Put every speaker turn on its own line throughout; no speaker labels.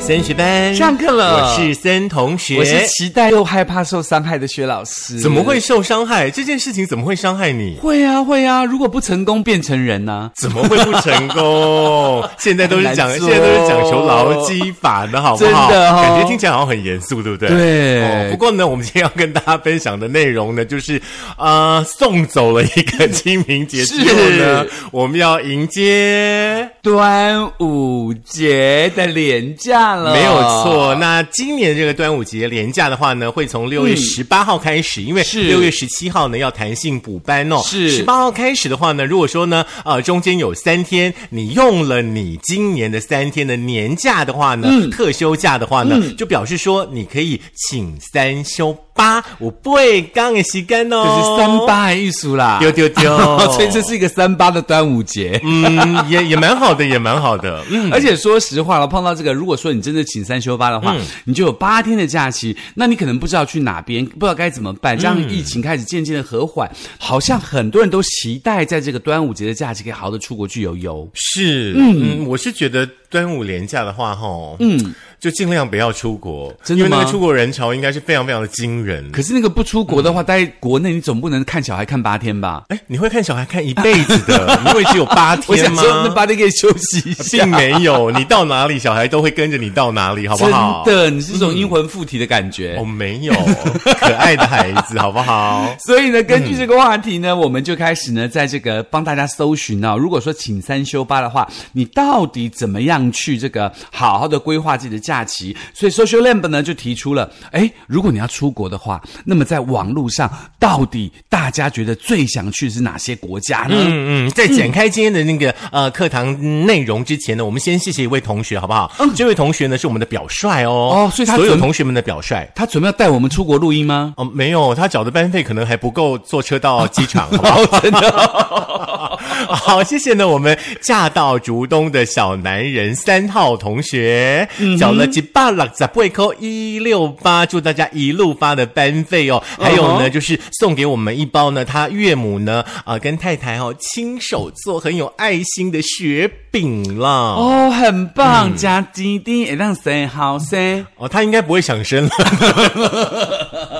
森学班
上课了
我是森同学。
我是期待又害怕受伤害的薛老师。
怎么会？受伤害？这件事情怎么会伤害你？
会啊会啊！如果不成功变成人啊呢、
怎么会不成 功？现在都是讲，
很
现
难做
在都是讲求劳基法的好不好？
真的哦
感觉听起来好像很严肃，对不对？哦
对哦
不过呢，我们今天要跟大家分享的内容呢，就是呃，送走了一个 清明节之后呢，我们要迎接。
哦端午节的廉价了，
没有错。。那今年这个端午节连假的话呢，会从六月十八号开始，因为
嗯是
六月十七号呢要弹性补班哦。
是
十八号开始的话呢，如果说呢，呃，中间有三天你用了你今年的三天的年假的话呢，
嗯
特休假的话呢，就表示说你可以请三休八，我不会刚的时间哦，
就是三八的艺术啦，哦
丢丢丢
所以这是一个三八的端午节。
嗯，也也蛮好的，也蛮好的，嗯。
而且说实话了，碰到这个，如果说你真的请三休八的
嗯
话，你就有八天的假期，那你可能不知道去哪边，不知道该怎么办。这样疫情开始渐渐的和缓，好像很多人都期待在这个端午节的假期可以好好的出国去游游。
是，嗯，我是觉得端午连假的话，吼，嗯，就尽量不要出国，
真
因
的
为那个
吗
出国人潮应该是非常非常的惊人。
可是那个不出国的话，待在国内你总不能看小孩看八天吧？
哎，你会看小孩看一辈子的， 你以为只有八
我
天
想
吗
说？，那八天啊可以休息一下
并。没有，你到哪里，小孩都会跟着你到哪 里，好不
真
好？
的，你是一种阴魂附体的感觉。
我、没有，可爱的孩子，好不 好？
所以呢，根据这个话题呢，我们就开始呢，在这个帮大家搜寻啊、如果说请三休八的话，你到底怎么样去这个好好的规划自己的假期？所以 Social Lab 呢就提出了，哎，如果你要出国的话，那么在网络上到底大家觉得最想去的是哪些国家呢？
嗯嗯，在展开今天的那个、
嗯
呃课堂内容之前呢，我们先谢谢一位同学，好不好？这位同学呢是我们的表率哦，
嗯哦所以他
所有
准
同学们的表率。
他准备要带我们出国录音 吗？
哦，没有，他缴的班费可能还不够坐车到机场，好不
哦
好？真的。好，谢谢呢，我们嫁到竹东的小男人三号同学，缴了几百六十八扣一六八，祝大家一路发的班费哦。还有呢，
嗯哼
就是送给我们一包呢，他岳母呢啊、跟太太哦亲手做很有爱心的雪饼啦。哦
哦，很棒，加滴滴也哎让谁好谁。
哦，他应该不会想生了。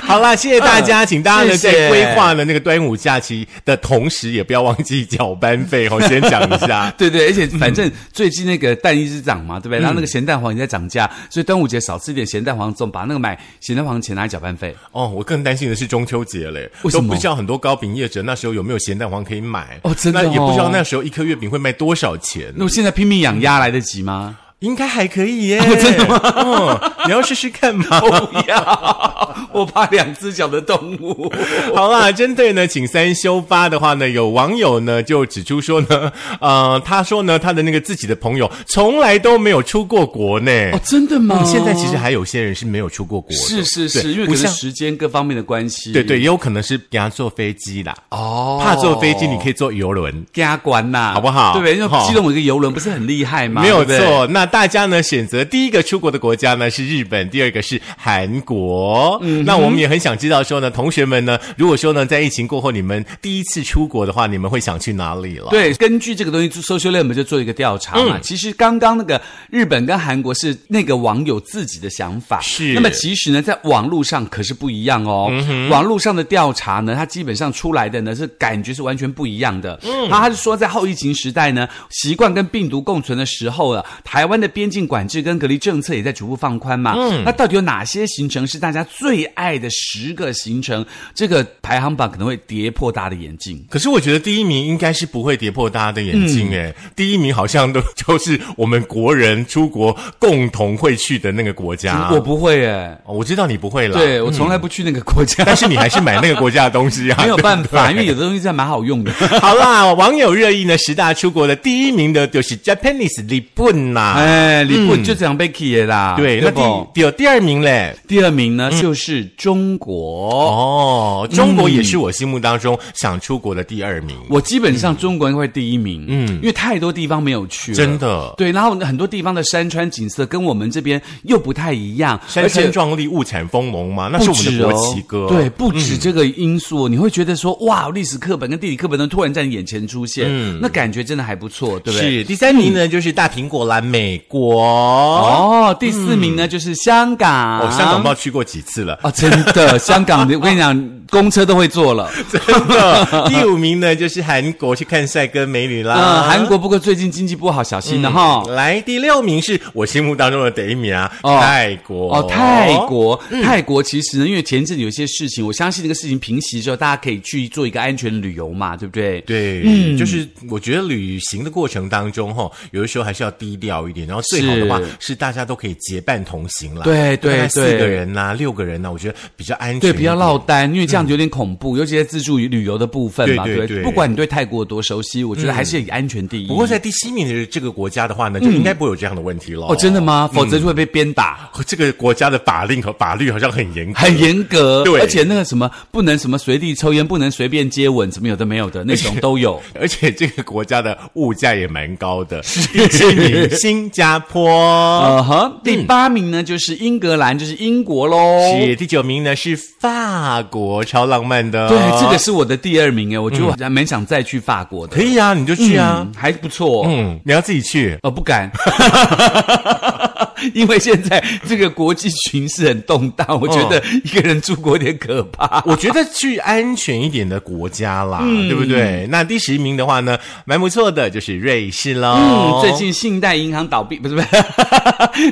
好啦，谢谢大家，请大家呢
谢
在
谢，
规划呢那个端午假期的同时，也不要忘记缴班费哦。先讲一下
对对，而且反正最近那个蛋一直涨嘛，对不对？然后那个咸蛋黄也在涨价，所以端午节少吃一点咸蛋黄粽，把那个买咸蛋黄钱拿来搅拌费。
哦，我更担心的是中秋节嘞，都
为什么
不知道很多糕饼业者那时候有没有咸蛋黄可以买
哦真的
那也不知道
哦
那时候一颗月饼会卖多少钱
那，我现在拼命养鸭来得及吗？
应该还可 以耶。真的吗？哦，你要试试看嘛。
不哦要，我怕两只脚的动物。
好啦，针对呢，请三休八的话呢，有网友呢就指出说呢， 呃，他说呢，他的那个自己的朋友从来都没有出过国呢。 嗯
哦，真的吗？
现在其实还有些人是没有出过国的，
是是
对
是，因为
不
可能
像。
时间各方面的关系。
对对，，也有可能是给他坐飞机啦，
哦，
怕坐飞机，你可以坐游轮。
加关呐，
好不好
对不对？因
好
为基隆有一个游轮，不是很厉害吗？
没有
对不对。
错，那大家呢选择第一个出国的国家呢是日本，第二个是韩国。
嗯
那我们也很想知道说呢，同学们呢，如果说呢在疫情过后你们第一次出国的话，你们会想去哪里了？
对，根据这个东西，social lab 我们就做一个调查嘛。其实刚刚那个日本跟韩国是那个网友自己的想法，
是
那么其实呢，在网络上可是不一样哦。网络上的调查呢，它基本上出来的呢是感觉是完全不一样的。嗯，他是说在后疫情时代呢，习惯跟病毒共存的时候啊，台湾的边境管制跟隔离政策也在逐步放宽嘛。嗯，那到底有哪些行程是大家最爱的十个行程？这个排行榜可能会跌破大家的眼镜。
可是我觉得第一名应该是不会跌破大家的眼睛
嗯
诶、第一名好像都 就是我们国人出国共同会去的那个国家。
嗯我不会耶。
哦我知道你不会啦，
对，我从来不去那个国家，
但是你还是买那个国家的东西 啊，
没有办法，
对
因
不对
为有的东西真的蛮好用的。
好啦，网友热议呢，十大出国的第一名的就是 Japanese 日本呐、
哎，李布就这样被 k 啦。
嗯对，那
不
第有第二名嘞。
第二名呢，就是中国。
哦，中国也是我心目当中想出国的第二名，
嗯我基本上中国人会第一名，
嗯
嗯，因为太多地方没有去了，
真的
对，然后很多地方的山川景色跟我们这边又不太一样，
山
而且
川壮丽，物产丰隆嘛，那是
不
我们
止
的
哦，
国旗歌。嗯
对，不止这个因素，你会觉得说哇，历史课本跟地理课本都突然在你眼前出现，那感觉真的还不错，对不对？
嗯是第三名呢，就是大苹果啦，美国。嗯哦，
哦，第四名呢、就是香港，
嗯香港不知道去过几次了。
啊，真的，香港的，我跟你讲，公车都会 坐了。
真的， 第五名呢就是韩国去看帅哥美女啦。
嗯，韩国不过最近经济不好，小心了哈。
来第六名是我心目当中的第一名啊，
哦
泰国
哦，泰。国，
嗯
泰国其实呢，因为前阵子有些事情，我相信这个事情平息之后，大家可以去做一个安全旅游嘛，对不对？
对，就是我觉得旅行的过程当中，哈，有的时候还是要低调一点，然后最好的话
是
是大家都可以结伴同行啦。
对对
大概四
对
个人呐、六个人啊呐、我觉得比较安全一
对，
点，
不要落单，因为这样子有点恐怖，尤其在自助旅游的部分嘛，
对对
不
对嗯哦
不管你对泰国有多熟悉，我觉得还是以安全第一。
不过在第七名的这个国家的话呢，就应该不会有这样的问题了。
哦，真的？吗？
嗯
否则就会被鞭打。
这个国家的法令和法律好像很严格，
很严格，
对
而且那个什么不能什么随地抽烟，不能随便接吻，什么有的没有的那种都有。
而且这个国家的物价也蛮高的。第七名，新加 坡。
呃哼，第八名呢就是英格兰，就是英国喽。
嗯是第九名呢，是法国，超浪漫的。
对，这个是我的第二名哎，我觉得我还蛮想再去法国的。
嗯可以啊，你就去啊。
嗯，还不错。
嗯，你要自己去。
呃，不敢。 因为现在这个国际局势很动荡，
嗯
我觉得一个人出国有点可怕。
我觉得去安全一点的国家啦，对不对？那第十名的话呢，蛮不错的，就是瑞士喽。
嗯，最近信贷银行倒闭，不是不 是，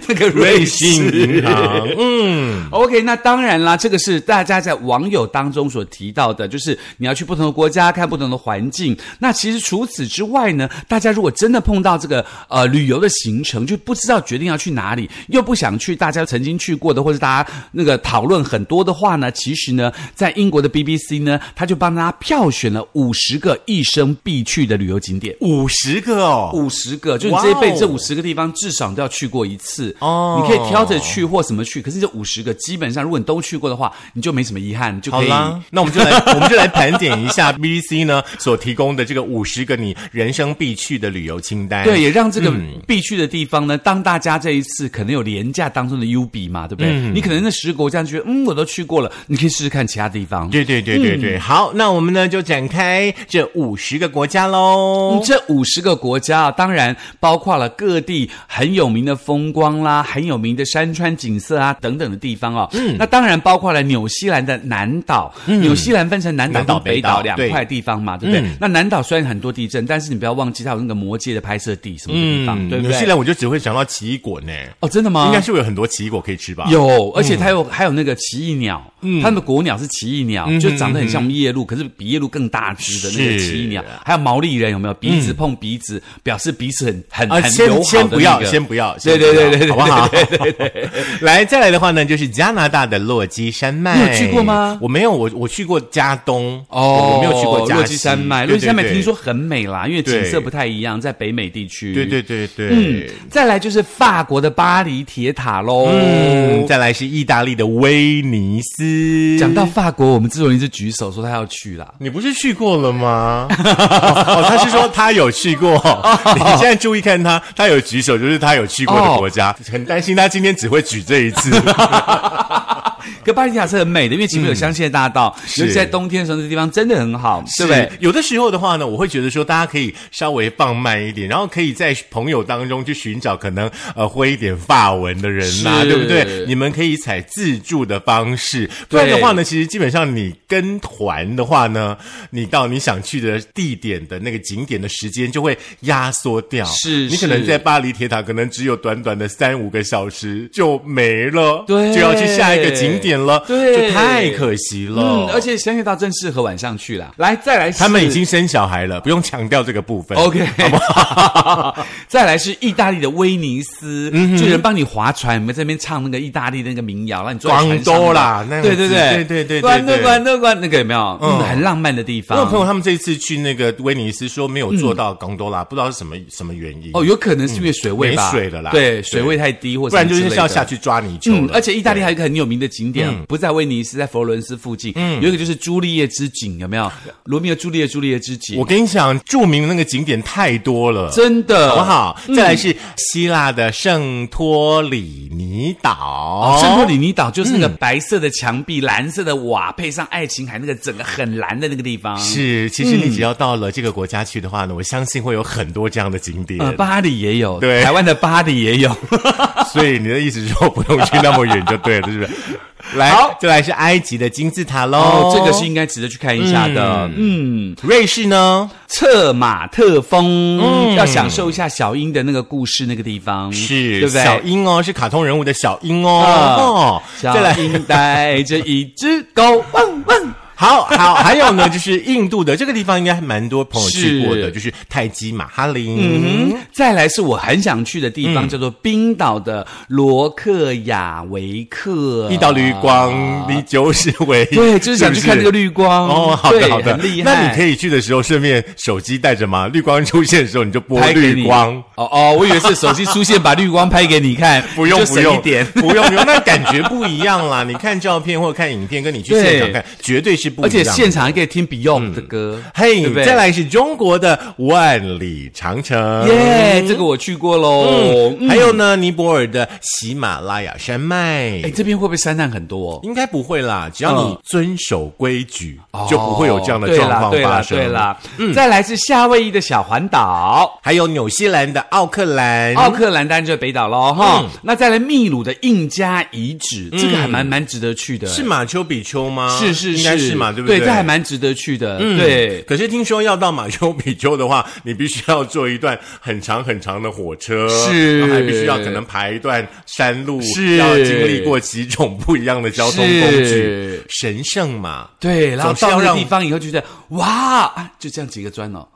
那个
瑞
瑞
信
士
银行，嗯。
OK，那当然啦，这个是大家在网友当中所提到的，就是你要去不同的国家看不同的环境。那其实除此之外呢，大家如果真的碰到这个呃旅游的行程，就不知道决定要去哪里，又不想去大家曾经去过的，或者大家那个讨论很多的话呢，其实呢，在英国的 BBC 呢，他就帮大家票选了五十个一生必去的旅游景点。
五十个哦，
五十个，就你这一辈
哇哦
子这五十个地方至少都要去过一次
哦
你可以挑着去或什么去，可是这五十个基本上，如果你都去过的话，你就没什么遗憾，你就
好
可以。
啦，那我们就 来，我们就来盘点一下 BBC 呢所提供的这个五十个你人生必去的旅游清单。
对，也让这个
嗯
必去的地方呢，当大家这一次可能有廉价当中的优比嘛，对不对？
嗯
你可能那十个国家觉得，嗯，我都去过了，你可以试试看其他地方。
对对对对对，
嗯
好，那我们呢就展开这五十个国家喽
嗯。这五十个国家啊，当然包括了各地很有名的风光啦、很有名的山川景色啊等等的地方哦。嗯，那当然包括了纽西兰的南岛。纽西兰分成南岛
嗯南岛
跟北
北岛
岛两
对
块地方嘛，对不对？
嗯
那南岛虽然很多地震，但是你不要忘记它有那个魔界的拍摄地什么地方，对不
嗯纽西
对？
兰我就只会想到奇异果呢，
哦，真的吗？
应该是会有很多奇异果可以吃吧？
有，
嗯
而且它有、还有那个奇异鸟，它们的国鸟是奇异鸟，
嗯
就长得很像我们夜鹭，可是比夜鹭更大只的那
是嗯
个奇异鸟，还有毛利人有没有？鼻子碰鼻子，表示彼此很很、
啊，
很
先
友好
先
的
不
那
要，
个
先不要，
对
先不要
对对对对
好不好？
对
对对来，再来的话呢，就是加拿大的落基山脉，
你有去过吗
我没有，我我去过加东，
哦，
我没有去过加
落基山脉，
对
落基山脉
对对
听说很美啦，因为景
对
色不太一样，在北美地区。
对对对对，
嗯，再来就是法国的巴黎铁塔喽。
嗯，再来是意大利的威尼斯。
讲到法国，我们制作人一直举手说他要去啦。
你不是去过了 吗？哦，他是说他有去过。你现在注意看他，他有举手，就是他有去过的国
哦
家。很担心他今天只会举这一次。
可巴黎铁塔是很美的，因为前面有香榭大道，尤
嗯是
其在冬天的时候，这地方真的很好，对不对？
有的时候的话呢，我会觉得说，大家可以稍微放慢一点，然后可以在朋友当中去寻找可能呃会一点法文的人呐、
是
对不对？你们可以采自助的方式，不然的话呢，其实基本上你跟团的话呢，你到你想去的地点的那个景点的时间就会压缩掉，
是
你可能
是
在巴黎铁塔可能只有短短的三五个小时就没了，
对
就要去下一个景点了，
对
就太可惜了，
嗯，而。且香榭大道正适合晚上去啦。来，再来是，
哦他们已经生小孩了，不用强调这个部分。 嗯
OK，再来是意大利的威尼斯，就有人帮你划船，你们这边唱那个意大利那个民谣，让你坐在船
广
上
州啦那
对
样子
对对
对对对对
关那
对
关那关那个有没有？
嗯
嗯，很浪漫的地
我有朋
方。
友他们这一次去那个威尼斯，说没有做到贡多拉，不知道是什么什么原因。
哦，有可能是因为水位吧，
嗯没水了啦对
对，水位太低，或
不然就是要下
去。
去抓泥鳅
嗯，
了。嗯
而且意大利还有一个很有名的景点，啊不在威尼斯，在佛罗伦斯附近，有一个就是朱丽叶之井，有没有？罗密欧朱丽叶朱丽叶之井
我，跟你讲，著名的那个景点太多了。
真的
好
嗯
不？好？再来是希腊的圣托里尼岛，
哦圣托里尼岛就是那个白色的墙壁、蓝色的瓦，配上爱琴海那个整个很蓝的那个地方。
是，其实你只要到了这个国家去的话呢，我相信会有很多这样的景点。
嗯呃，巴黎也有，
对
台湾的巴黎也 有。
所以你的意思是说不用去那么远就对了，是不是？来
好，
再来是埃及的金字塔喽、
哦， 这个是应该值得去看一下的。嗯，
瑞士呢？
策马特
嗯
峰，要享受一下小樱的那个故事那个地方，
是
对不对？
小樱哦，是卡通人物的小樱
啊
哦。哦，再
小
来。
樱带着一只狗，汪汪。
好好， 还有呢，就是印度的这个地方，应该还蛮多朋友去过的，
是
就是泰姬玛哈陵。
嗯，再来是我很想去的地
嗯
方，叫做冰岛的罗克雅维克，啊
一道绿光，你就是唯一。
对，就是想去看这个
绿。
绿光
哦，好的
对
好的，
很厉害。
那你可以去的时候顺便手机带着吗？绿光出现的时候你就播
拍给
绿
你
光，
哦哦，我以为是手机出现，把绿光拍给你看，
不用
就
不
省
用。
一点
不用不用，那感觉不一样啦。你看照片或者看影片，跟你去现场看绝对是不一
而
样的。
且现场还可以听 Beyond 的歌，
嗯嘿
对不对？
再来是中国的万里长城，
耶，这个我去过喽。嗯
嗯还有呢，尼泊尔的喜马拉雅山脉
哎，。这边会不会山难很多哦？
应该不会啦，只要你
嗯
遵守规矩，
哦
就不会有这样的状况
对
发
啦
生。嗯
对啦，对啦。再来是夏威夷的小环岛。
还有纽西兰的奥克兰，
奥克兰当然就是北岛喽，哈、
嗯
那再来秘鲁的印加遗址，这个还蛮蛮值得去的，
是马丘比丘吗？
是是
应该是嘛，对
对
不对？嗯
这还蛮值得去的，对。
可是听说要到马丘比丘的话，你必须要坐一段很长很长的火车，
是
然后还必须要可能爬一段山路，
是
要经历过几种不一样的交通工具
是，
神圣嘛。
对，然后
总是要
到那
让
个地方以后就觉得哇、啊，就这样几个砖哦，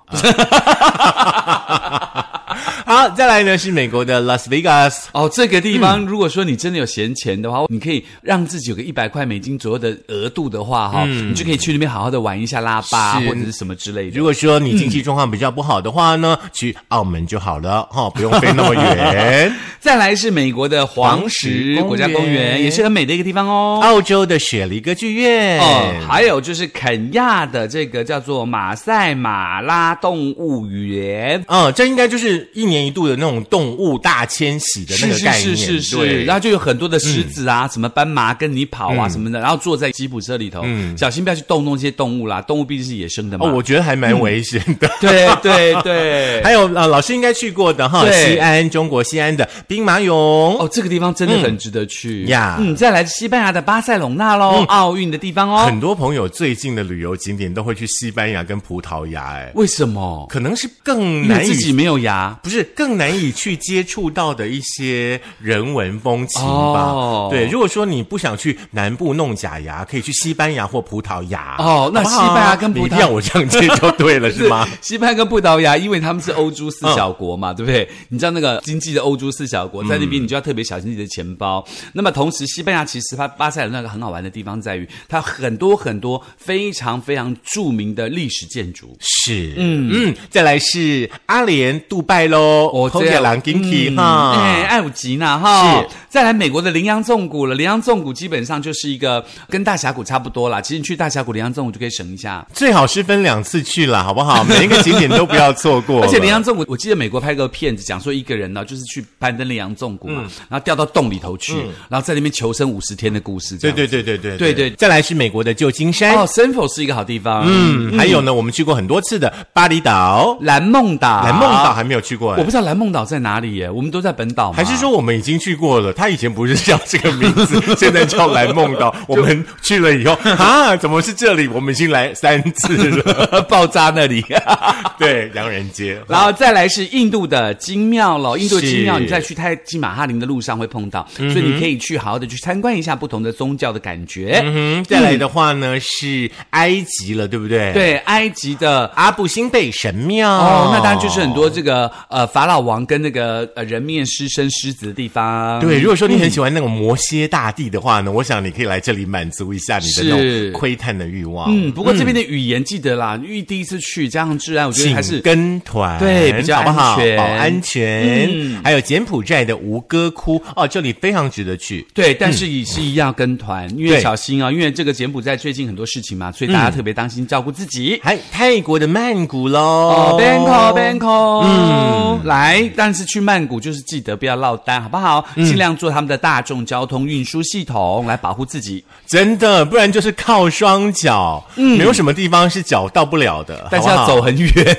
好，啊再来呢是美国的 Las Vegas，
哦，这个地
嗯
方，如果说你真的有闲钱的话，你可以让自己有个一百块美金左右的额度的话，哈、你就可以去那边好好的玩一下拉巴
嗯是
或者是什么之类的
如。果说你经济状况比较不好的话呢，
嗯
去澳门就好了哈、不用飞那么 远。
再来是美国的黄石
黄石
国家
公
公
园
园，也是很美的一个地方哦。
澳洲的雪梨歌剧院，
哦，还有就是肯亚的这个叫做马赛马拉动物园。
嗯，这应该就是一年一度的那种动物大迁徙的那
是
个
是
概
是
念，
是是，
对
然后就有很多的狮子
嗯
啊，什么斑马跟你跑啊什么的，然后坐在吉普车里头，小心不要去动弄这些动物啦，动物毕竟是野生的嘛。
嗯哦，我觉得还蛮危险的。
对对对，
嗯还有呃，老师应该去过的哈，
对
西安，中国西安的兵马俑。
哦，这个地方真的很值得去
嗯呀嗯
嗯，再来西班牙的巴塞隆纳喽，奥运的地方哦
很。多朋友最近的旅游景点都会去西班牙跟葡萄牙，哎，
为什么？
可能是更
因为
难
自己
以。
没有牙。
不是更难以去接触到的一些人文风情吧？
哦
对，如果说你不想去南部弄假牙，可以去西班牙或葡萄牙。
哦那
好不好
西班牙跟葡萄
你一定要我这样接就对 了，是吗？
西班牙跟葡萄牙，因为他们是欧洲四小国嘛，对不对？你知道那个经济的欧洲四小国，在那边你就要特别小心自己的钱包。那么同时，西班牙其实它巴塞罗那个很好玩的地方在于，它很多很多非常非常著名的历史建筑。
是，嗯嗯，再来是阿联、杜拜喽，
哦
空姐郎 g i n k 哈，
哎，艾武吉纳哈，
嗯是
再来美国的羚羊纵谷了。羚羊纵谷基本上就是一个跟大峡谷差不多啦，其实你去大峡谷羚羊纵谷就可以省一下。
最好是分两次去啦，好不 好？每一个景点都不要错过了。
而且羚羊纵谷，我记得美国拍过片子，讲说一个人呢，就是去攀登羚羊纵谷嘛，
嗯
然后掉到洞里头去，然后在那边求生五十天的故事。这
对
样
对对对对
对对
再来是美国的旧金山，
哦 s a n f o r 是一个好地方。嗯，
嗯，还有呢，我们去过很多次的巴厘岛、
蓝梦岛，
蓝梦岛，还没有去过、
啊我
哎
不知道蓝梦岛在哪里耶，我们都在本岛吗
还是说我们已经去过了？它以前不是叫这个名 字，现在叫蓝梦岛。我们去了以后，啊，怎么是这里？我们已经来三次了。
爆炸那里？
对，洋人街。
然后再来是印度的金庙了，印度
是嗯
金庙你在去泰姬玛哈林的路上会碰到，所以你可以去好好的去参观一下不同的宗教的感觉。
嗯，再来的话呢是埃及了，对不对？，
对，埃及的哦
阿布辛贝神庙。
哦，那当然就是很多这个呃法老王跟那个呃人面狮身狮子的地方。
对，如果说你很喜欢那种摩蝎大帝的话呢，我想你可以来这里满足一下你的那
是
种窥探的欲望。
嗯，不过这边的语言记得啦，因为第一次去加上治安，我觉得还是
请跟团，
对比较
好不好？
安全嗯
保安全，还有柬埔寨的吴哥窟哦，这里非常值得去。
对，但是也是一样跟团，因为
对
小心啊，因为这个柬埔寨最近很多事情嘛，所以大家特别当心照顾自己。
还泰国的曼谷喽，
哦，Bangkok Bangkok，嗯，来，但是去曼谷就是记得不要落单，好不好？尽量坐他们的大众交通运输系统来保护自己。
真的，不然就是靠双脚，嗯，没有什么地方是脚到不了的，
但是要走很远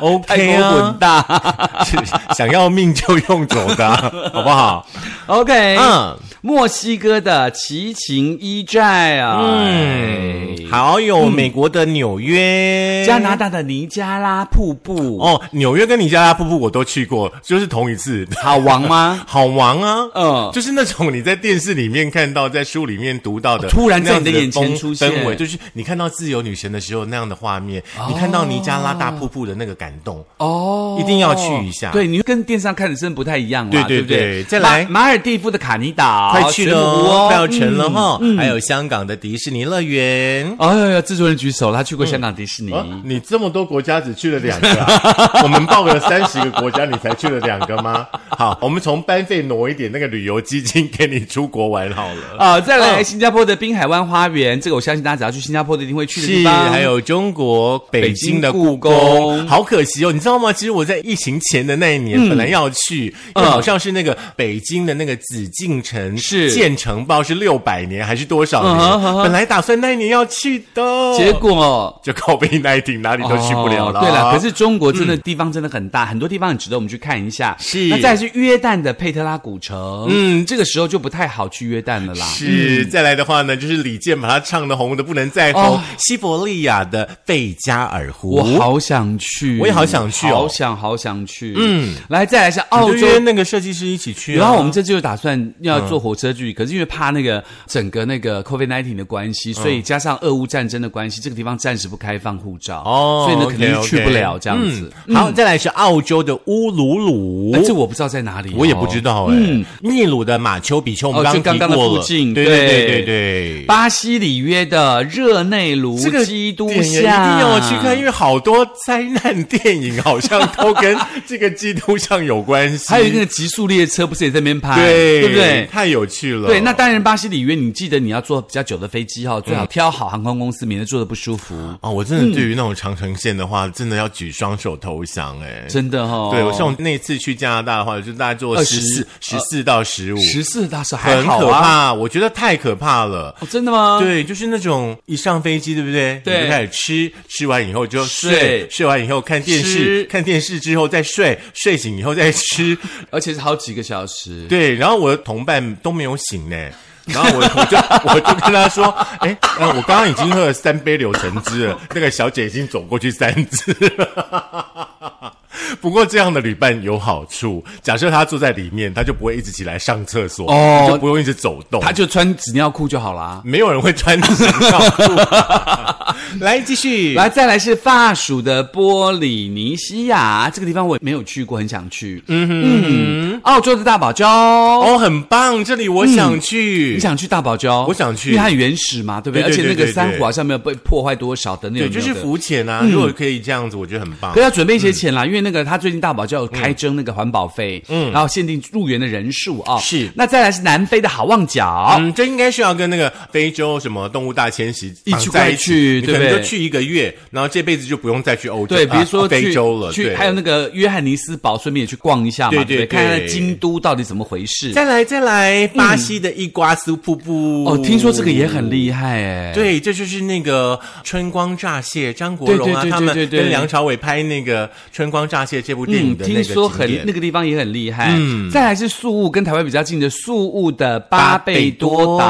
o
泰
k
国
啊
滚，大。
是 想要命就用走的， 好不好？
OK，
嗯
墨西哥的奇琴伊寨啊，哎
嗯，还有美国的纽约，
加拿大的尼加拉瀑布，
哦，纽约跟尼加拉瀑布我都去过，就是同一次，
好玩吗？
好玩啊！
嗯
就是那种你在电视里面看到，在书里面读到的，
哦突然在你的
那样子
眼
风
前出现
氛围就是你看到自由女神的时候那样的画面，你看到尼加拉大瀑布的那个感动，
哦，
一定要去一下
对，你跟电视上看的真的不太一样啦，
对对
对不
对再来
马马尔蒂夫的卡尼岛，
快去
水
了
母湖
哦，
哦，
快要成了
嗯。
哈！还有香港的迪士尼乐园。
哎呀，制作人举手，他去过香港迪士尼。
啊你这么多国家只去了两个、 啊，我们报了三十个国家，你才去了两个吗？好，我们从班费挪一点那个旅游基金给你出国玩好 了。
啊、再来
嗯
新加坡的滨海湾花园，这个我相信大家只要去新加坡的一定会去的地
是，
方。哦
还有中国北京的故宫，
北京故宫嗯
好可惜哦，你知道吗？其实我在疫情前的那一年，本来要去，因为好像是那个北京的那个紫禁城
是
建成，不知道是六百年还是多少
嗯哼
年，
嗯哼
本来打算那一年要去的，
结果
就靠被那顶哪里都去不了了。
哦对了，可是中国真的地方真的很大，很多地方很值得我们去看一下。
是
那再来是约旦的佩特拉古城，
嗯
嗯，这个时候就不太好去约旦了
啊
啦。
是，再来的话呢，就是李健把它唱的红的不能再红，
哦
西伯利亚的贝加尔湖，
我好想去，
我也好想去哦
好想好想去。嗯，来，再来是澳
你就
洲。
约那个设计师一起去、啊，
然后我们这次就打算要坐火车去，可是因为怕那个整个那个 COVID-19 的关
嗯
系，所以加上俄乌战争的关系，这个地方暂时不开放护照，
哦，
所以呢
OK，
肯定是去不
OK
了这样子。
嗯好，再来是澳洲的乌鲁鲁，
但这我不知道在哪里哦，
嗯我也不知道哎、秘鲁的马丘比丘，我们
哦
刚
就刚刚的
提过
附
了
近
对对对
对
对对。
巴西里约的热内卢
这个
基督
电影一定
像
要去看，因为好多灾难电影好像都跟这个基督像有关 系。
还有一个极速列车不是也在那边拍，
对
对不对？
太有趣了。
对，那当然，巴西里约，你记得你要坐比较久的飞机
嗯
哦，最好挑好航空公司，免得坐的不舒服。
哦，我
嗯
真的对于那种长城线的话，真的要举双手投降哎、
真的哦，
对，我像我那次去加拿大的话，就是大概坐十四、十四到十五，
呃十四大寿还
很
好
可
啊，
怕，我觉得太可怕了。
哦真的吗？，
对，就是那种一上飞机，对不对？
对
你就开始吃，吃完以后就睡，
睡
睡完以后看电视
吃，
看电视之后再睡，睡醒以后再吃。
而且是好几个小时。
对，然后我的同伴都没有醒呢，然后我我就 我就跟他说，哎、呃我刚刚已经喝了三杯柳橙汁了，那个小姐已经走过去三支了。 不过这样的旅伴有好处，假设他坐在里面，他就不会一直起来上厕所，
哦
就不用一直走动，
他就穿纸尿裤就好啦。
没有人会穿纸尿裤。 来继续，
来，再来是法属的波里尼西亚，这个地方我也没有去过，很想去。嗯哼，嗯澳洲的大堡礁，
哦，很棒，这里我想去，
嗯你想去大堡礁？
我想去
因为它很原始嘛，对不对？
对对对
而且那
对对
个珊瑚好像没有被破坏多少等等。
对，就是
有的嗯
浮潜啊，如果可以这样子，我觉得很棒
可。要准备一些
嗯
钱啦，因为那个他最近大堡礁有开征那个环保费，嗯，然后限定入园的人数啊、
是
那再来是南非的好望角，啊
嗯，这应该是要跟那个非洲什么动物大迁徙
一起
绑在一
去
你
对
可
不
能就
对
去一个月，然后这辈子就不用再去欧洲，
对，比如
啊
说去、
非洲了，
去
对
还有那个约翰尼斯堡，顺便也去逛一下嘛，
对
对
对
不看
对
看京都到底怎么回事。
再来再来，巴西的伊瓜苏瀑布，
哦，听说这个也很。厉害哎，，
对，这就是那个《春光乍泄》，张国荣啊，
对对对
他们
对对
跟梁朝伟拍那个《春光乍泄》这部电影
嗯，
的那个
听说很
景点
那个地方也很厉害。嗯，再来是宿务，跟台湾比较近的宿务的巴贝多
巴贝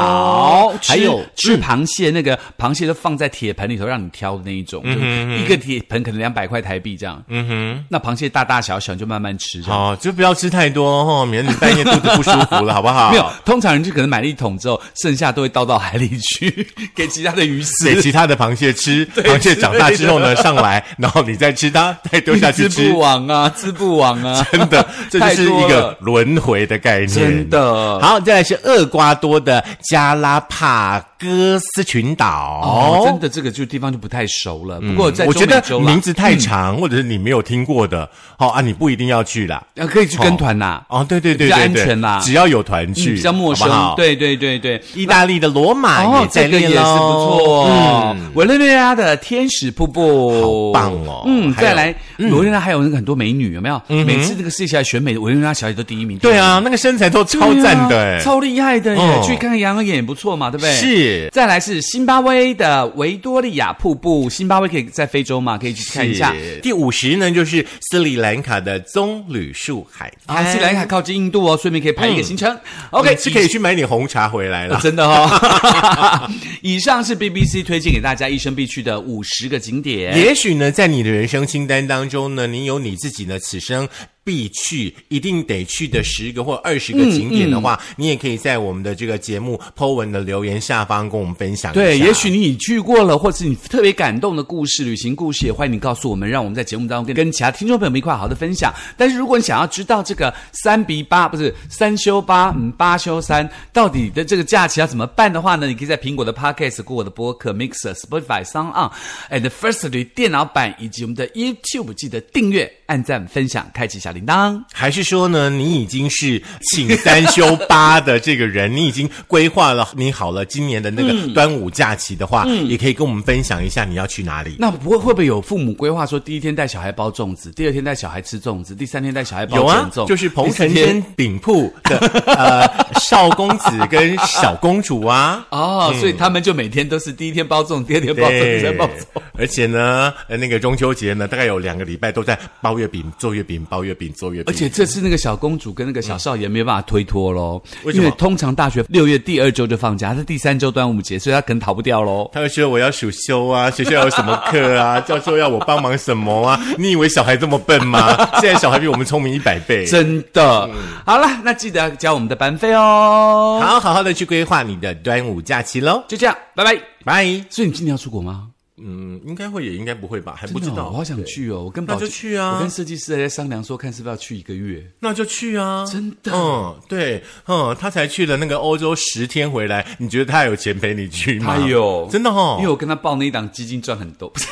岛
多，
吃
嗯还有
吃螃蟹，那个螃蟹都放在铁盆里头让你挑的那一种，就是一个铁盆可能两百块台币这样。嗯哼，那螃蟹大大小小你就慢慢吃这样。
好，哦就不要吃太多哦，免得你半夜肚子不舒服了，好不好？
没有，通常人就可能买了一桶之后，剩下都会倒到海里去 给其他的鱼吃
给。其他的螃蟹 吃，螃蟹长大之后呢，上来，然后你再吃它，再丢下去
吃
吃
不，完啊，吃不完 啊，
真 的，这就是一
太多
个
了
轮回的概念。
真的。
好，再来是厄瓜多的加拉帕戈斯群岛。
哦，真的这个就地方就不太熟了。不过在
嗯我觉
中
得
美洲啦
名字太长，或者是你没有听过的，好、啊，你不一定要去啦。
啊可以去跟团呐，
哦，对对对对
比较
对，
安全啦
只要有团去，
嗯比较陌
好
生
不好。，
对对对对。
意大利的罗马
哦
也，在
这个也
练嗯
是不
咯
错哦。委内瑞拉的天使瀑布，
好棒哦
嗯，
还有
再来，委内瑞拉还有那个很多美女，有没有？每次这个世界小姐选美，委内瑞拉小姐都第一名。
对啊，那个身材都
第一
超
名，
赞的、
嗯对啊
哎
超厉害的耶
嗯！
去看看羊眼也不错嘛，对不对？
是
再来哦是辛巴威的维多利亚瀑布，辛巴威可以在非洲嘛，可以去看一下。
是第五十呢，就是斯里兰卡的棕榈树海
啊，
滩，
斯里兰卡靠近印度哦，顺便可以排一个行程。OK，
嗯是可以去买点红茶回来了。
真的哦。 以上是 BBC 推荐给大家一生必去的五十个景点。
也许呢，在你的人生清单当中呢，你有你自己呢此生必去、一定得去的十个或二十
嗯
个景点的话，你也可以在我们的这个节目 Po 文的留言下方跟我们分享一下。
对，也许你已去过了，或是你特别感动的故事、旅行故事，也欢迎你告诉我们，让我们在节目当中跟跟其他听众朋友们一块好好的分享。但是如果你想要知道这个三比八不是三休八，嗯，八休三到底的这个假期要怎么办的话呢？你可以在苹果的 Podcast、过我的播客 Mixer、Spotify、s o n On、and 哎 Firstly 电脑版以及我们的 YouTube 记得订阅、按赞、分享、开启小铃铛。
还是说呢，你已经是请三休八的这个人，你已经规划了你好了今年的那
嗯
个端午假期的话，也可以跟我们分享一下你要去哪里。
那不会会不会有父母规划说，第一天带小孩包粽子，第二天带小孩吃粽子，第三天带小孩包
有啊
卷粽，，
就是彭
第四
承
天
轩饼铺的 呃少公子跟小公主啊。
哦，所以他们就每天都是第一天包粽，第二天包粽，第
对
三天包粽。，
而且呢，呃那个中秋节呢，大概有两个礼拜都在包月饼、做月饼、包月饼、做月饼。
而且这次那个小公主跟那个小少爷没有办法推脱喽，
为什
因
么
为通常大学六月第二周就放假，他是第三周端午节，所以他可能逃不掉喽。
他会说我要暑修啊，学校有什么课啊，教授要我帮忙什么啊？ 你以为小孩这么笨吗？现在小孩比我们聪明一百倍。
真的，好了，那记得要交我们的班费哦。，
嗯好好好的去规划你的端午假期喽，
就这样，拜拜。
拜。
所以你今年要出国吗？
嗯，应该会也应该不会吧，还不
真
知
的哦
道。
我好想去哦。我跟
那
宝
就
洁
去啊
我跟设计师还在商量说，看是不是要去一个月。
那就去啊！
真的
嗯，对，嗯，他才去了那个欧洲十天回来，你觉得他有钱陪你去吗？
他有
真的哦
因为。我跟他报那一档基金赚很多，不是